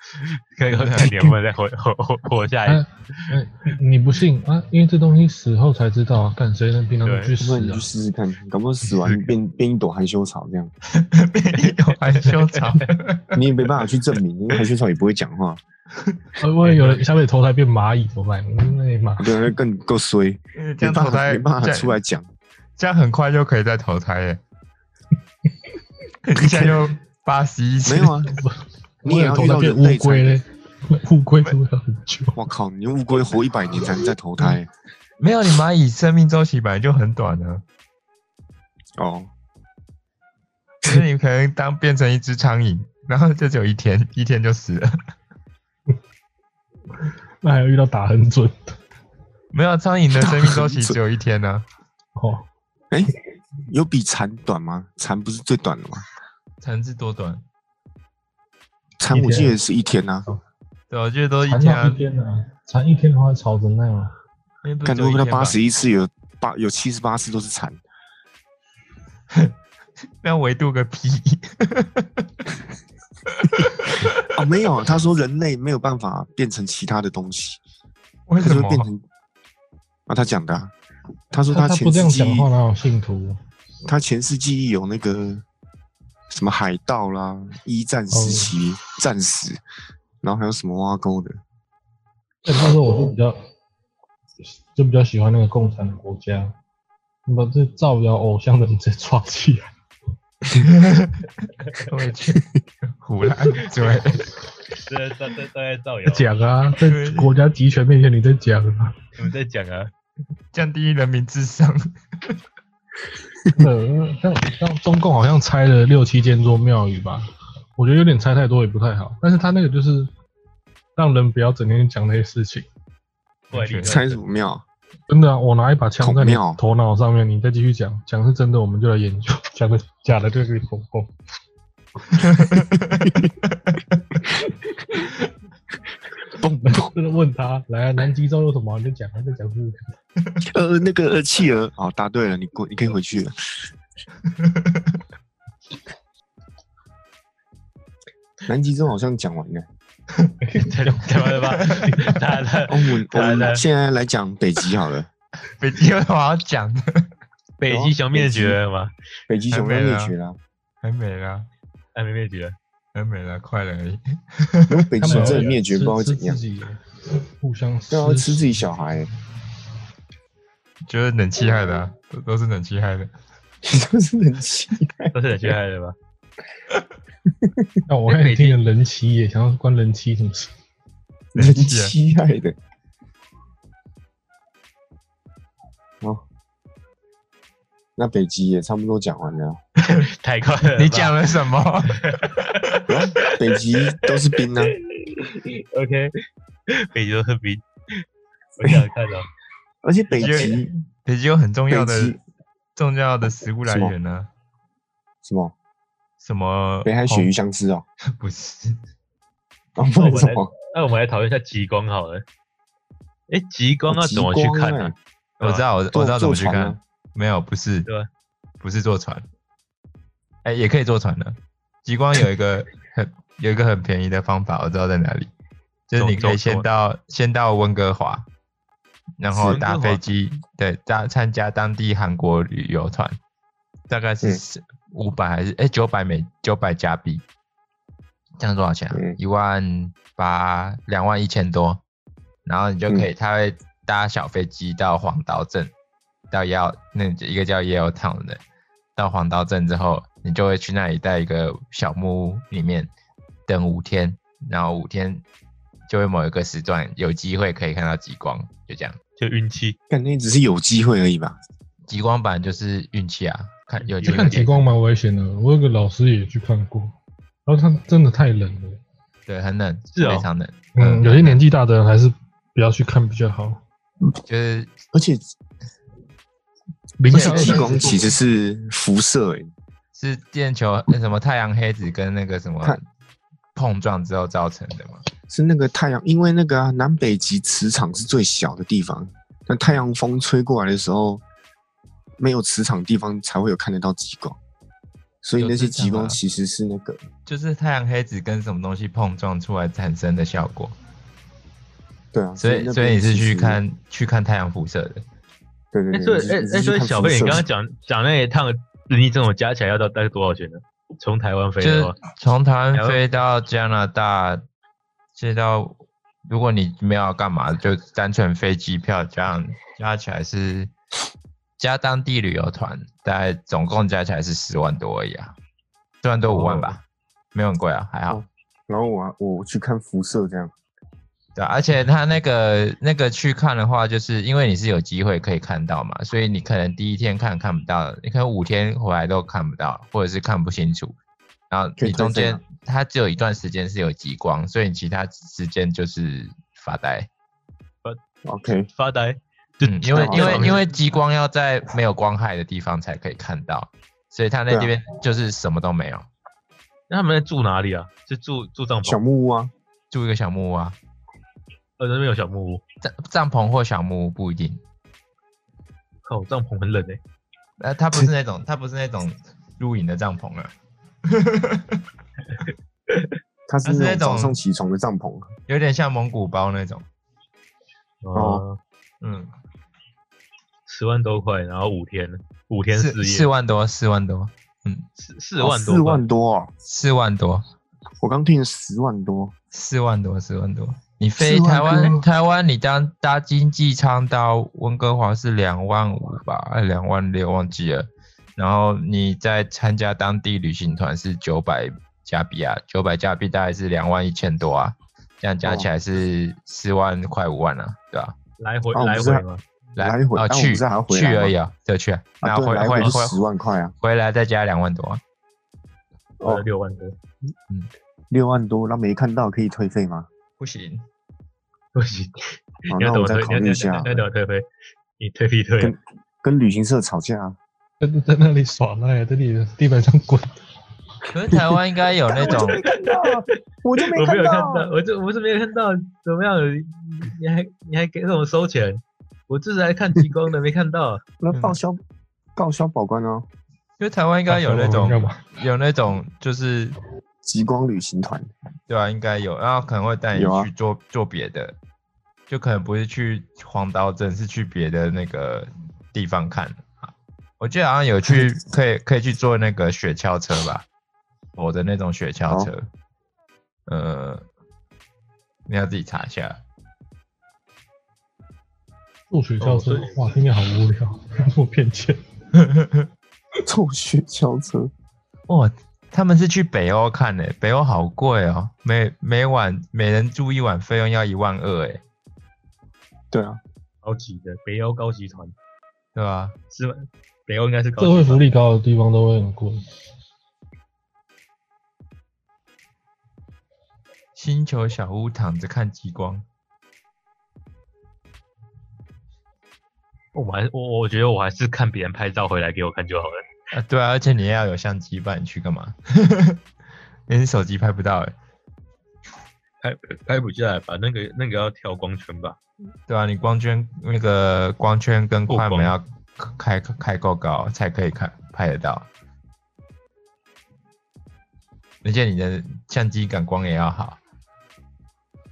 S3: 看看看你有没有再活活活活下来。
S4: 啊嗯、你你不信啊？因为这东西死后才知道啊，干谁能平常不
S3: 对
S4: 去
S1: 不然你
S4: 死啊
S1: 去？试试 看，搞不好死完变变一朵含羞草这样，
S2: 没有含羞草，
S1: 你也没办法去证明，因为含羞草也不会讲话，
S4: 会不会有
S1: 哎
S4: 人下辈子投胎变蚂蚁怎么办？嗯那也妈，
S1: 对啊，那更够衰， 没
S2: 这样
S1: 办法
S2: 投胎
S1: 没办
S2: 这
S1: 法
S2: 样
S1: 出来讲。
S2: 这样很快就可以再投胎 耶。一下就八十一次，
S1: 没 有啊，你也
S4: 有
S1: 要
S4: 人投
S1: 遇
S4: 胎
S1: 到
S4: 变
S1: 人
S4: 乌
S1: 类才
S4: 龟嘞，乌龟出了很久。
S1: 我靠，你乌龟活一百年才能再投胎
S2: 没有，你蚂蚁生命周期本来就很短啊了，
S4: 嗯
S1: 哦。
S2: 可是你可能当变成一只苍蝇，然后就只有一天， 一天就死了。
S4: 那还有遇到打很准的
S2: 没有，苍蝇的生命周期只有一天啊 呢、
S4: 哦，
S1: 哎、有比蝉短吗？蝉不是最短的吗？
S2: 蝉是多短？
S1: 蝉
S4: 一
S1: 我记
S4: 天
S1: 得是一天啊呐、
S2: 对，我觉得都一
S4: 缠
S2: 天、
S4: 到
S2: 啊
S4: 一，天啊，缠一天的话吵成那样啊，
S2: 因为不是
S1: 感
S2: 只
S1: 觉
S2: 有一
S1: 他
S2: 天吧
S1: 八十一次有八有七十八次都是蝉，
S2: 那维度个屁！
S1: 哦，没有，他说人类没有办法变成其他的东西，
S2: 为
S1: 他
S2: 什
S1: 就
S2: 么
S1: 会变？ 成啊，他讲的啊、他说
S4: 他他
S1: 前
S4: 不这
S1: 世
S4: 样
S1: 记
S4: 讲
S1: 忆，
S4: 话哪有信徒？
S1: 他前世记忆有那个什么海盗啦、一战
S4: 哦
S1: 时期战死，然后还有什么挖沟的，
S4: 但哎那时候我就比较就比较喜欢那个共产的国家，你把这造谣偶像的人直接抓起 来。
S2: 我也去胡乱嘴，
S3: 这这这都在造谣
S4: 在讲啊，在国家集权面前你在讲啊，
S3: 你们在讲啊，
S2: 降低人民智商。
S4: 真的像像中共好像拆了六七千座庙宇吧，我觉得有点拆太多也不太好，但是他那个就是让人不要整天讲那些事情，
S3: 怪力 乱神
S1: 猜什么庙？
S4: 真的啊，我拿一把枪在
S1: 孔
S4: 你
S1: 庙
S4: 头脑上面，你再继续讲，讲是真的我们就来研究，讲的假的就给你封封。
S1: 蹦蹦，
S4: 真的问他来啊，南极洲有什么啊你就讲啊，再讲是
S1: 呃，那个呃企鹅，哦，答对了，你过，你可以回 去了。南极洲好像讲完了，
S3: 对对吧对吧？他他
S1: 我们哦我
S3: 来来
S1: 们现在来讲北极好了，
S2: 北极有什么好讲的？
S3: 北极熊灭绝了吗？
S1: 北极熊要
S2: 还没
S1: 灭
S2: 啊
S1: 绝了，
S2: 还没啦，
S3: 还啊没灭绝，
S2: 还没啦，快了而已。
S1: 如果北极
S4: 他
S1: 熊
S4: 们
S1: 真的灭绝，不
S4: 吃
S1: 知道会
S4: 吃
S1: 怎样
S4: 自，己互相吃
S1: 对啊，会吃自己小孩、
S2: 就是冷气害的、啊，都都是冷气害的。
S1: 你是不是很气？
S3: 都是很厉害的吧？
S4: 那我看你听人人妻耶，想要关人妻什么事？
S1: 人期待的。哦，那北极也差不多讲完了。
S3: 太快了吧！
S2: 你讲了什么？
S1: 啊北极都是冰啊，
S3: OK，北 极都是冰，我想看哦到
S1: 而且北
S2: 因为
S1: 极
S2: 北极有很重要的
S1: 北极
S2: 重要的食物来源呢、
S1: 什么
S2: 什么
S1: 北海鳕鱼相思哦，
S2: 红不是
S1: 啊， 不然什么？
S3: 那我们来讨论一下极光好了。哎，极光要
S1: 极
S3: 怎么去
S1: 光
S3: 看啊
S1: 欸
S3: 呢？
S2: 我知道，我
S1: 坐
S2: 我知道怎么去
S1: 坐船
S2: 看。
S1: 啊
S2: 没有，不是，
S3: 对啊吧
S2: 不是坐船。哎、也可以坐船的。极光有一个很有一个很便宜的方法，我知道在哪里，就是
S3: 走
S2: 你可以
S3: 走
S2: 先
S3: 走
S2: 到先到温哥华，然后
S3: 温
S2: 搭
S3: 哥
S2: 飞
S3: 华
S2: 机，对，搭参加当地韩国旅游团，大概
S1: 嗯
S2: 是五百还是哎九百美九百加币，这样多少钱啊
S1: 嗯？
S2: 一万八两万一千多，然后你就可以，他会搭小飞机到黄岛镇，到要那一个叫 Yale Town 的，到黄岛镇之后，你就会去那里在一个小木屋里面等五天，然后五天就会某一个时段有机会可以看到极光，就这样。
S3: 就运气。
S1: 看那只是有机会而已吧。
S2: 极光版就是运气啊，看有机
S4: 去
S2: 会
S4: 看
S2: 可以
S4: 极光，蛮危险的，我有个老师也去看过，然后他真的太冷了。
S2: 对，很冷，
S3: 是哦
S2: 非常冷。
S4: 嗯，有些年纪大的人还是不要去看比较好。
S2: 就是
S1: 而且
S4: 零
S1: 而
S4: 下
S1: 且
S4: 二
S1: 极
S4: 十
S1: 光
S4: 度
S1: 其实是辐射欸诶、
S2: 是电球那什么太阳黑子跟那个什么
S1: 看
S2: 碰撞之后造成的嘛。
S1: 是那个太阳，因为那个、啊、南北极磁场是最小的地方，那太阳风吹过来的时候，没有磁场地方才会有看得到极光，所以
S2: 有
S1: 那些
S2: 磁场
S1: 极光
S2: 啊
S1: 其实是那个
S2: 就是太阳黑子跟什么东西碰撞出来产生的效果，
S1: 对啊，
S2: 所以
S1: 那
S2: 所以
S1: 边
S2: 你是
S1: 其
S2: 去
S1: 实
S2: 看去看太阳辐射的，
S1: 对对
S3: 哎，
S1: 对，
S3: 所以
S1: 你是
S3: 哎
S1: 你
S3: 哎，
S1: 是去
S3: 所以
S1: 看
S3: 小
S1: 辐
S3: 贝，你
S1: 射
S3: 刚刚讲讲那一趟人力这种加起来要到大概多少钱呢？从台湾飞
S2: 就
S3: 的话
S2: 是，从台湾
S3: 台湾
S2: 飞到加拿大，飞到如果你没有要干嘛，就单纯飞机票加上加起来是加当地旅游团，大概总共加起来是十万多而已啊，十万多五万吧，没有很贵啊，还好。
S1: 哦然后我啊我去看辐射这样，
S2: 对啊，而且他那个那个去看的话，就是因为你是有机会可以看到嘛，所以你可能第一天看看不到，你可能五天回来都看不到，或者是看不清楚。然后
S1: 可以
S2: 你中
S1: 退费
S2: 间
S1: 吗
S2: 它只有一段时间是有极光，所以你其他时间就是发呆。
S1: ，OK，
S3: 发呆。就
S2: 嗯，因为
S1: 好
S2: 因为
S1: 像
S2: 因为极光要在没有光害的地方才可以看到，所以他那
S1: 对啊
S2: 地边就是什么都没有，
S3: 那他们在住哪里啊？是住住帐
S1: 小
S3: 篷？
S1: 木屋啊，
S2: 住一个小木屋啊，
S3: 呃，那边有小木屋。
S2: 帐帐篷或小木屋不一定。
S3: 靠，帐篷很冷欸诶。
S2: 呃，它不是那种，它不是那种露营的帐篷啊。
S1: 它是
S2: 它是
S1: 那
S2: 那
S1: 种早
S2: 种
S1: 上起床的帐篷，啊
S2: 有点像蒙古包那种。
S1: 哦，
S2: 嗯，
S3: 呃十万多块，然后五天，五天
S2: 四
S3: 四
S2: 四
S3: 夜，
S2: 万多，四万多，嗯，
S3: 四四
S1: 哦
S3: 万多，
S1: 四万，多哦，
S2: 四万多，
S1: 我刚听了十万多，
S2: 四万多，四万多。你飞
S4: 4万
S2: 台湾，
S4: 多
S2: 台湾你当搭经济舱到温哥华是两万五吧，哎，两万六忘记了。然后你再参加当地旅行团是九百加币啊，九百加币大概是两万一千多啊，这样加起来是
S1: 哦
S2: 四万快五万啊，对吧、
S3: 来回
S1: 啊我
S3: 来
S1: 不是
S3: 回吗？
S2: 来
S1: 来回
S2: 啊
S1: 啊我
S2: 去
S1: 不是还要回来
S2: 去
S1: 吗
S2: 而已啊，对，去啊，
S1: 啊
S2: 然后
S1: 对
S2: 回
S1: 来
S2: 回
S1: 回是
S2: 回
S1: 10万块啊，
S2: 回来再加两万多啊，
S1: 哦
S3: 呃六万多，
S1: 六万多，那没看到可以退费吗？
S2: 不行，
S3: 不行，
S1: 好，
S3: 你
S1: 那
S3: 要怎
S1: 我
S3: 么
S1: 再
S3: 退？
S1: 考
S3: 你要你
S1: 虑一
S3: 要
S1: 下
S3: 你，要怎么退费？你退必退
S1: 跟跟旅行社吵架啊。
S4: 在在那里耍赖，啊在地地板上滚。
S2: 可是台湾应该有那 种，
S1: 看到，啊我就
S3: 哦我没有看到，我就我是没有看到，怎么样？你还你还给我收钱？我这是来看极光的，没看到。
S1: 那报销报销保管哦，
S2: 因为台湾应该有那种哦
S4: 干嘛？
S2: 有那种就是
S1: 极光旅行团
S2: 对啊，应该有，然后可能会带你
S1: 有啊
S2: 去做、做别的，就可能不是去黄刀镇，是去别的那个地方看。啊我记得好像有去，可以可以去坐那个雪橇车吧，我的那种雪橇车。呃，你要自己查一下。
S4: 坐雪橇车
S3: 哦所以，
S4: 哇，听起来好无聊，这么骗钱。
S1: 坐雪橇车，
S2: 哇，他们是去北欧看的、北欧好贵哦，每每晚每人住一晚费用要一万二，哎，
S1: 对啊，
S3: 高级的北欧高级团
S2: 对吧？
S3: 是吗？北欧应该是高
S4: 社会
S3: 级
S4: 福
S3: 团，
S4: 利高的地方都会很贵。
S2: 星球小屋躺着看极光，
S3: 我还我我觉得我还是看别人拍照回来给我看就好了。
S2: 啊，对啊，而且你也要有相机，不然你去干嘛？ 连手机拍不到哎，
S3: 拍拍不下来吧？那个那个要调光圈吧？
S2: 对啊，你光圈那个光圈跟
S3: 曝
S2: 快门
S3: 光
S2: 要开开够高才可以看拍得到，而且你的相机感光也要好，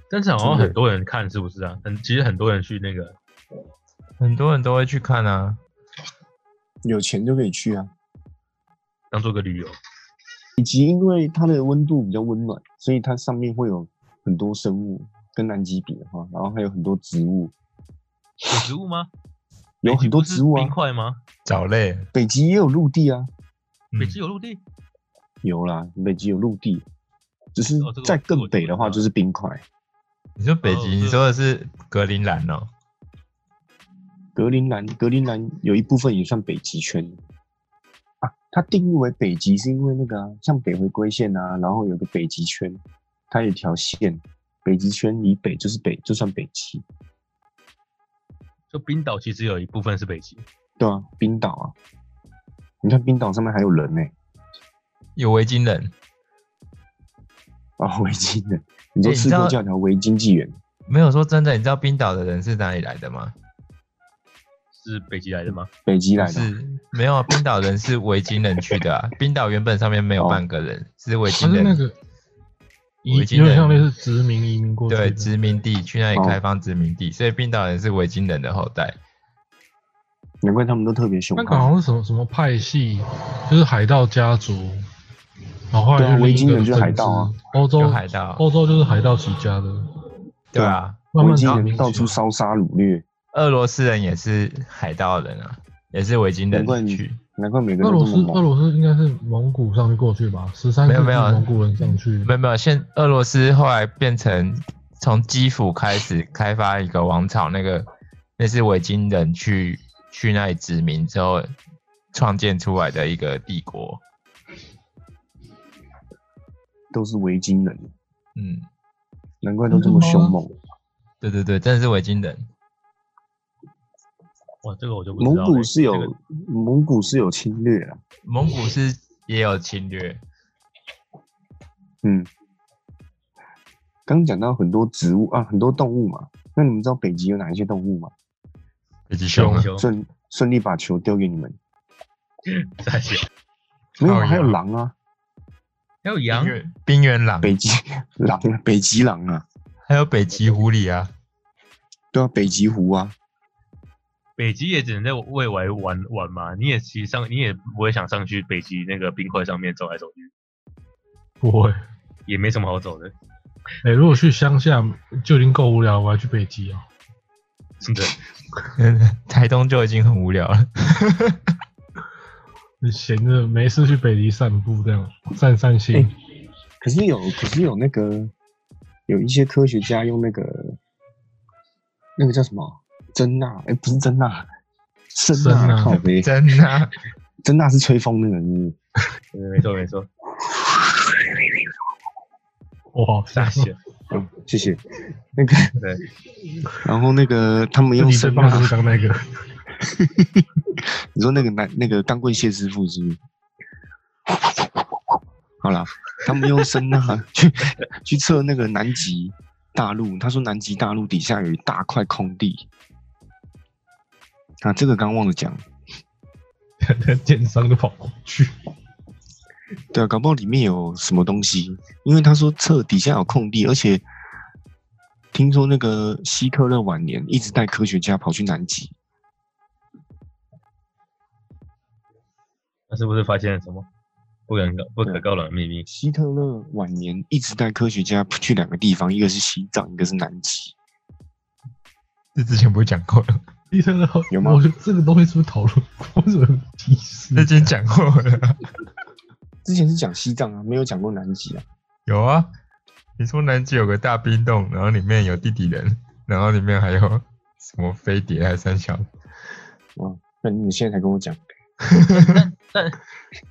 S3: 但是好像
S1: 真的
S3: 很多人看是不是啊？很其实很多人去那个
S2: 很多人都会去看啊。
S1: 有钱就可以去啊。
S3: 当做个旅游，
S1: 以及因为它的温度比较温暖，所以它上面会有很多生物，跟南极比的话，然后还有很多植物，
S3: 有植物吗？
S1: 有很多
S3: 不是
S1: 植物啊
S3: 冰。块吗？
S2: 藻类，
S1: 北极也有陆地啊，
S2: 嗯
S3: 北极有陆地？
S1: 有啦，北极有陆地，只是
S3: 哦这个我
S1: 在
S3: 这个
S1: 更
S3: 我
S1: 北
S3: 知
S1: 的话
S3: 道
S1: 就是冰块。
S2: 你说北
S3: 哦
S2: 极，
S3: 对
S2: 你说的是格陵兰哦？
S1: 格陵兰，格陵兰有一部分也算北极圈啊。它定义为北极是因为那个啊、像北回归线啊，然后有个北极圈，它有一条线，北极圈以北就是北，就算北极，
S3: 就冰岛其实有一部分是北极，
S1: 对啊，冰岛啊，你看冰岛上面还有人呢、
S2: 有维京人？
S1: 啊，维京
S4: 哎
S1: 人，你说
S2: 欸你
S1: 吃
S2: 知
S1: 过
S2: 道
S1: 教条维京纪元？
S2: 没有说真的，你知道冰岛的人是哪里来的吗？
S3: 是北极来的吗？
S1: 北极来的啊，
S2: 是没有啊，冰岛人是维京人去的啊。冰岛原本上面没有
S1: 哦
S2: 半个人，是维
S4: 它
S2: 京
S4: 哦是
S2: 人，
S4: 那个移，
S2: 维京
S4: 有点像类
S2: 人
S4: 似殖民移民过去的。
S2: 对殖民地去那里
S1: 哦
S2: 开放殖民地，所以冰岛人是维京人的后代。
S1: 难怪他们都特别凶啊
S4: 那个好
S1: 悍。
S4: 像是什么什么派系，就是海盗家族，然后后
S1: 对啊
S4: 来就
S1: 维
S4: 另一
S1: 京
S4: 个
S1: 人就是海盗啊
S4: 分支，欧洲
S2: 有海盗
S4: 欧洲就是海盗起家的，
S2: 对啊，
S4: 慢
S1: 维
S4: 慢
S1: 京
S4: 殖民
S1: 人
S4: 起
S1: 到处
S4: 来
S1: 烧杀掳掠，
S2: 俄罗斯人也是海盗人啊，也是维京
S1: 难
S2: 人
S1: 怪你
S2: 去。
S1: 难怪每个
S4: 俄
S1: 人
S4: 罗
S1: 都
S4: 斯
S1: 这么
S4: 俄
S1: 猛。
S4: 罗斯应该是蒙古上去过去吧，十三
S2: 没
S4: 世
S2: 有
S4: 纪
S2: 没有
S4: 蒙古人上去
S2: 没，有没有，现俄罗斯后来变成从基辅开始开发一个王朝，那个那是维京人去去那里殖民之后创建出来的一个帝国。
S1: 都是维京人，
S2: 嗯，
S1: 难怪都这么凶
S4: 啊
S1: 猛。
S2: 对对对，真的是维京人。
S3: 哇，这个我就不知
S1: 蒙
S3: 道了。
S1: 古是有
S3: 这个
S1: 蒙古是有侵略啊，
S2: 蒙古是也有侵略，
S1: 嗯。刚讲到很多植物啊，很多动物嘛。那你们知道北极有哪一些动物吗？
S2: 北极啊
S3: 熊
S1: 顺顺利把球丢给你们。
S3: 在线，
S1: 没有啊，
S2: 还
S1: 还
S2: 有
S1: 有
S2: 羊
S1: 狼啊，
S3: 还有
S2: 冰
S3: 羊，
S2: 原冰原狼，
S1: 北极狼啊，北极狼啊，
S2: 还有北极狐狸啊。
S1: 对啊，北极狐啊，
S3: 北极也只能在未来玩玩嘛。你也其实上，你也不会想上去北极那个冰块上面走来走去，
S4: 不会。
S3: 也没什么好走的，
S4: 哎，如果去乡下就已经够无聊，我还去北极啊。
S3: 真的。
S2: 台东就已经很无聊了，
S4: 你闲着没事去北极散步，这样散散心。
S1: 哎可是有，可是有那个，有一些科学家用那个，那个叫什么真纳？哎、不是真纳， 声
S4: 声
S1: 呐，
S4: 呐
S1: 靠背，
S2: 真的啊、
S1: 真纳是吹风那个，是不是
S3: 对没错没 错，
S4: 哇，
S2: 哎
S3: 在线。
S1: 嗯，谢谢。那个，
S3: 对，
S1: 然后那个他们
S4: 这
S1: 用
S4: 里最
S1: 声
S4: 棒就
S1: 呐，
S4: 是刚
S2: 啊
S4: 那个，
S1: 你说那个男那个钢棍谢师傅是不是？好啦，他们用声呐 去去测那个南极大陆，他说南极大陆底下有一大块空地。啊， 这个刚忘了讲，
S4: 那奸商都跑过去。
S1: 对啊，搞不好里面有什么东西，因为他说侧底下有空地，而且听说那个希特勒晚年一直带科学家跑去南极，
S3: 他是不是发现了什么不可告不可告人的秘密？
S1: 希特勒晚年一直带科学家去两个地方，一个是西藏，一个是南极。
S2: 这之前不是讲过了，
S4: 医生好，
S1: 有吗
S4: 我觉得这个东西是不是讨论过？为什么提示？
S2: 那之前讲过了，
S1: 之前是讲西藏啊，没有讲过南极啊。
S2: 有啊。你说南极有个大冰洞，然后里面有地底人，然后里面还有什么飞碟还是三小？
S1: 那你现在才跟我讲，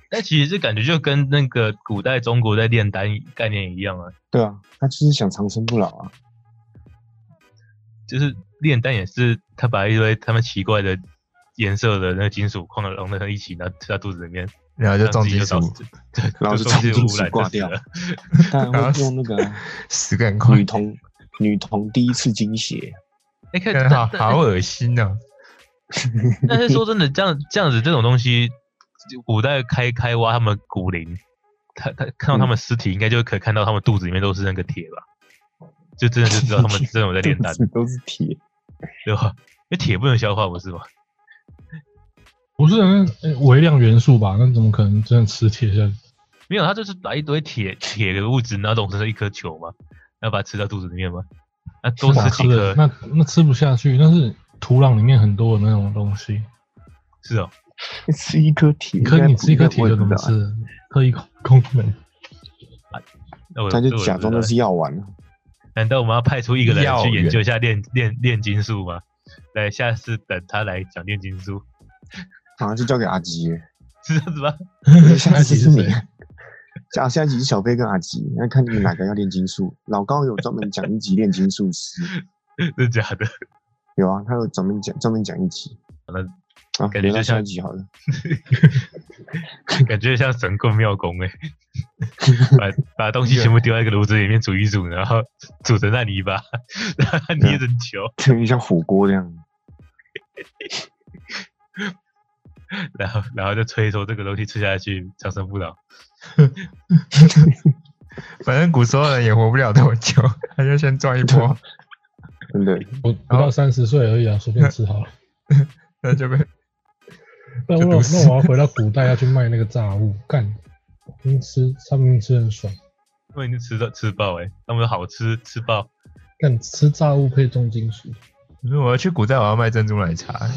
S3: 但其实这感觉就跟那个古代中国在炼丹概念一样啊，
S1: 对啊，他就是想长生不老啊。
S3: 就是炼丹也是他把一堆他们奇怪的颜色的那个金属矿融在一起，然后吃到肚子里面，
S2: 然后就重金
S3: 这样
S2: 属
S3: 自，己就导致，对，
S1: 然后就
S3: 就重金
S1: 重金属
S3: 属污染
S1: 挂
S3: 就死
S1: 掉
S3: 了。
S1: 当然会用那 个啊
S2: 死个很快
S1: 女，童女童第一次经血，
S3: 哎，看
S2: 感觉
S3: 但
S2: 好
S3: 但
S2: 啊好恶心哦。
S3: 但是说真的，这样这样子这种东西，就古代开开挖他们骨灵，他他看到他们
S1: 嗯
S3: 尸体，应该就可以看到他们肚子里面都是那个铁吧，就真的就 知道他们真的有在炼丹，
S1: 都是铁。
S3: 对吧？因为铁不能消化，不是吗？
S4: 不是那呃微量元素吧？那怎么可能真的吃铁下去？
S3: 没有，他就是把一堆铁铁的物质，然后融成了一颗球嘛，然后把它吃到肚子里面嘛，那多
S4: 哇
S3: 吃
S4: 吃
S3: 几
S4: 的
S3: 颗
S4: 那那吃不下去，那是土壤里面很多的那种东西。
S3: 是哦，
S1: 吃一颗铁，
S4: 可
S1: 应该
S4: 你
S1: 不
S4: 吃一颗
S1: 会
S4: 铁
S1: 我也
S4: 就
S1: 不
S4: 怎么
S1: 知道啊？
S4: 吃？特异功能，
S3: 那我
S1: 他就
S3: 这我
S1: 假
S3: 不
S1: 装
S3: 知道
S1: 那是药丸，啊
S3: 难道我们要派出一个人
S2: 药
S3: 去研
S2: 源
S3: 究一下炼炼炼金术吗？来，下次等他来讲炼金术，
S1: 好像就交给阿吉 了。
S3: 是这样子吗？
S1: 下
S4: 那
S1: 一
S4: 其
S1: 集
S4: 实
S1: 是
S4: 是
S1: 你， 下下一集是小飞跟阿吉，那看你们哪个要炼金术。老高有专门讲一集炼金术师，
S3: 是假的，
S1: 有啊，他有专门讲专门讲一集。好了，啊，
S3: 感觉
S1: 留到
S3: 就
S1: 下
S3: 像
S1: 一集好了。
S3: 感觉像神棍妙功 哎、把把东西全部丢在一个炉子里面煮一煮，然后煮成烂泥巴， 然后捏成球，
S1: 有点像火锅这样，
S3: 然后然后就吹说这个东西吃下去长生不老。
S2: 反正古时候人也活不了多久，他就先赚一波，
S1: 真的。
S4: 我不到三十岁而已啊，随便吃好了。
S2: 那就被
S4: 那我
S2: 就毒死
S4: 那我要回到古代要去卖那个炸物，干，明吃上面吃很爽，
S3: 因为你吃到吃爆哎、他们说好吃吃爆，
S4: 干吃炸物配重金属，
S2: 你说我要去古代，我要卖珍珠奶茶，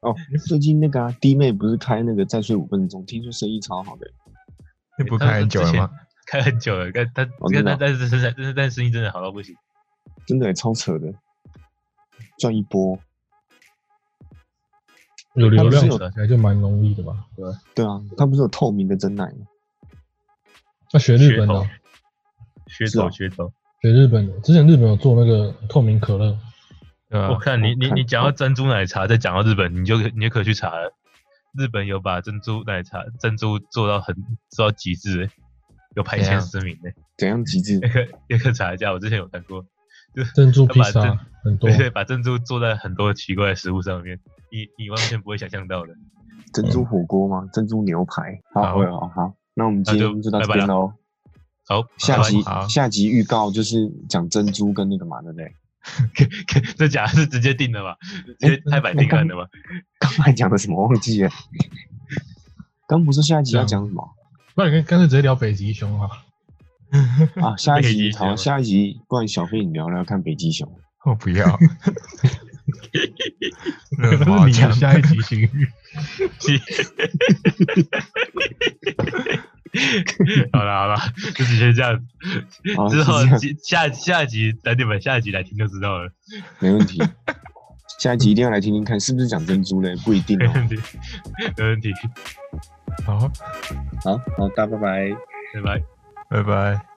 S1: 哦，最近那个啊，弟妹不是开那个再睡五分钟，听说生意超好的。
S2: 那不开很久了吗？
S3: 开很久了，但但
S1: 哦真的
S3: 但
S1: 哦
S3: 但是但是但是但生意真的好到不行。
S1: 真的、超扯的，赚一波。
S4: 有流
S1: 他们
S4: 量
S1: 是
S4: 起来就蛮容易的吧？
S1: 对啊，他不是有透明的真奶吗？
S4: 那学日本的哦、
S3: 噱
S1: 是
S3: 头
S1: 哦
S3: 噱头，
S4: 学日本的，之前日本有做那个透明可乐，
S2: 对吧
S4: 啊
S3: 我？看你
S1: 啊我
S3: 你
S1: 看
S3: 你讲到珍珠奶茶，再讲到日本，你就你就可以去查了。日本有把珍珠奶茶珍珠做到很做到极致、欸，有排
S2: 怎
S3: 前
S2: 样
S3: 十名欸的、
S1: 怎样极致
S3: 也？可以也可以查一下，我之前有看过，
S4: 珍珠
S3: 他
S4: 披
S3: 把
S4: 萨
S3: 珍
S4: 很多
S3: 对，对，把珍珠做在很多奇怪的食物上面，你你完全不会想象到的。
S1: 珍珠火锅吗？珍珠牛排？好，
S2: 好
S1: 好，好，好。那我们今
S3: 那
S1: 天
S3: 就
S1: 就到这
S3: 拜拜
S1: 边
S3: 了
S1: 喽。
S3: 好，
S1: 下
S3: 拜拜
S1: 集
S2: 好
S1: 下集预告就是讲珍珠跟那个嘛，对不对？
S3: 这假的是直接定的吧？直接
S1: 哎
S3: 拍板定案的吧？
S1: 刚才讲的什么忘记了？ 刚不是下一集要讲什么
S4: 不然你干脆直接聊北极熊啊，
S1: 啊？下一
S3: 北极
S1: 集
S3: 熊
S1: 好，下一集不然小飞你聊聊看北极熊。
S2: 我哦不 要， 那有什么好啊
S4: 那 是你
S2: 讲
S4: 的下一集行。
S3: 好了好了，就先这样。
S1: 好，
S3: 之
S1: 是
S3: 后
S1: 这样，
S3: 集下下集等你们下集来听就知道了。
S1: 没问题。下一集一定要来听听看，是不是讲珍珠嘞？不一定
S3: 没
S1: 哦。
S3: 问题，没问题，
S2: 好，
S1: 好好，大家拜拜。
S3: 拜拜。
S2: 拜拜。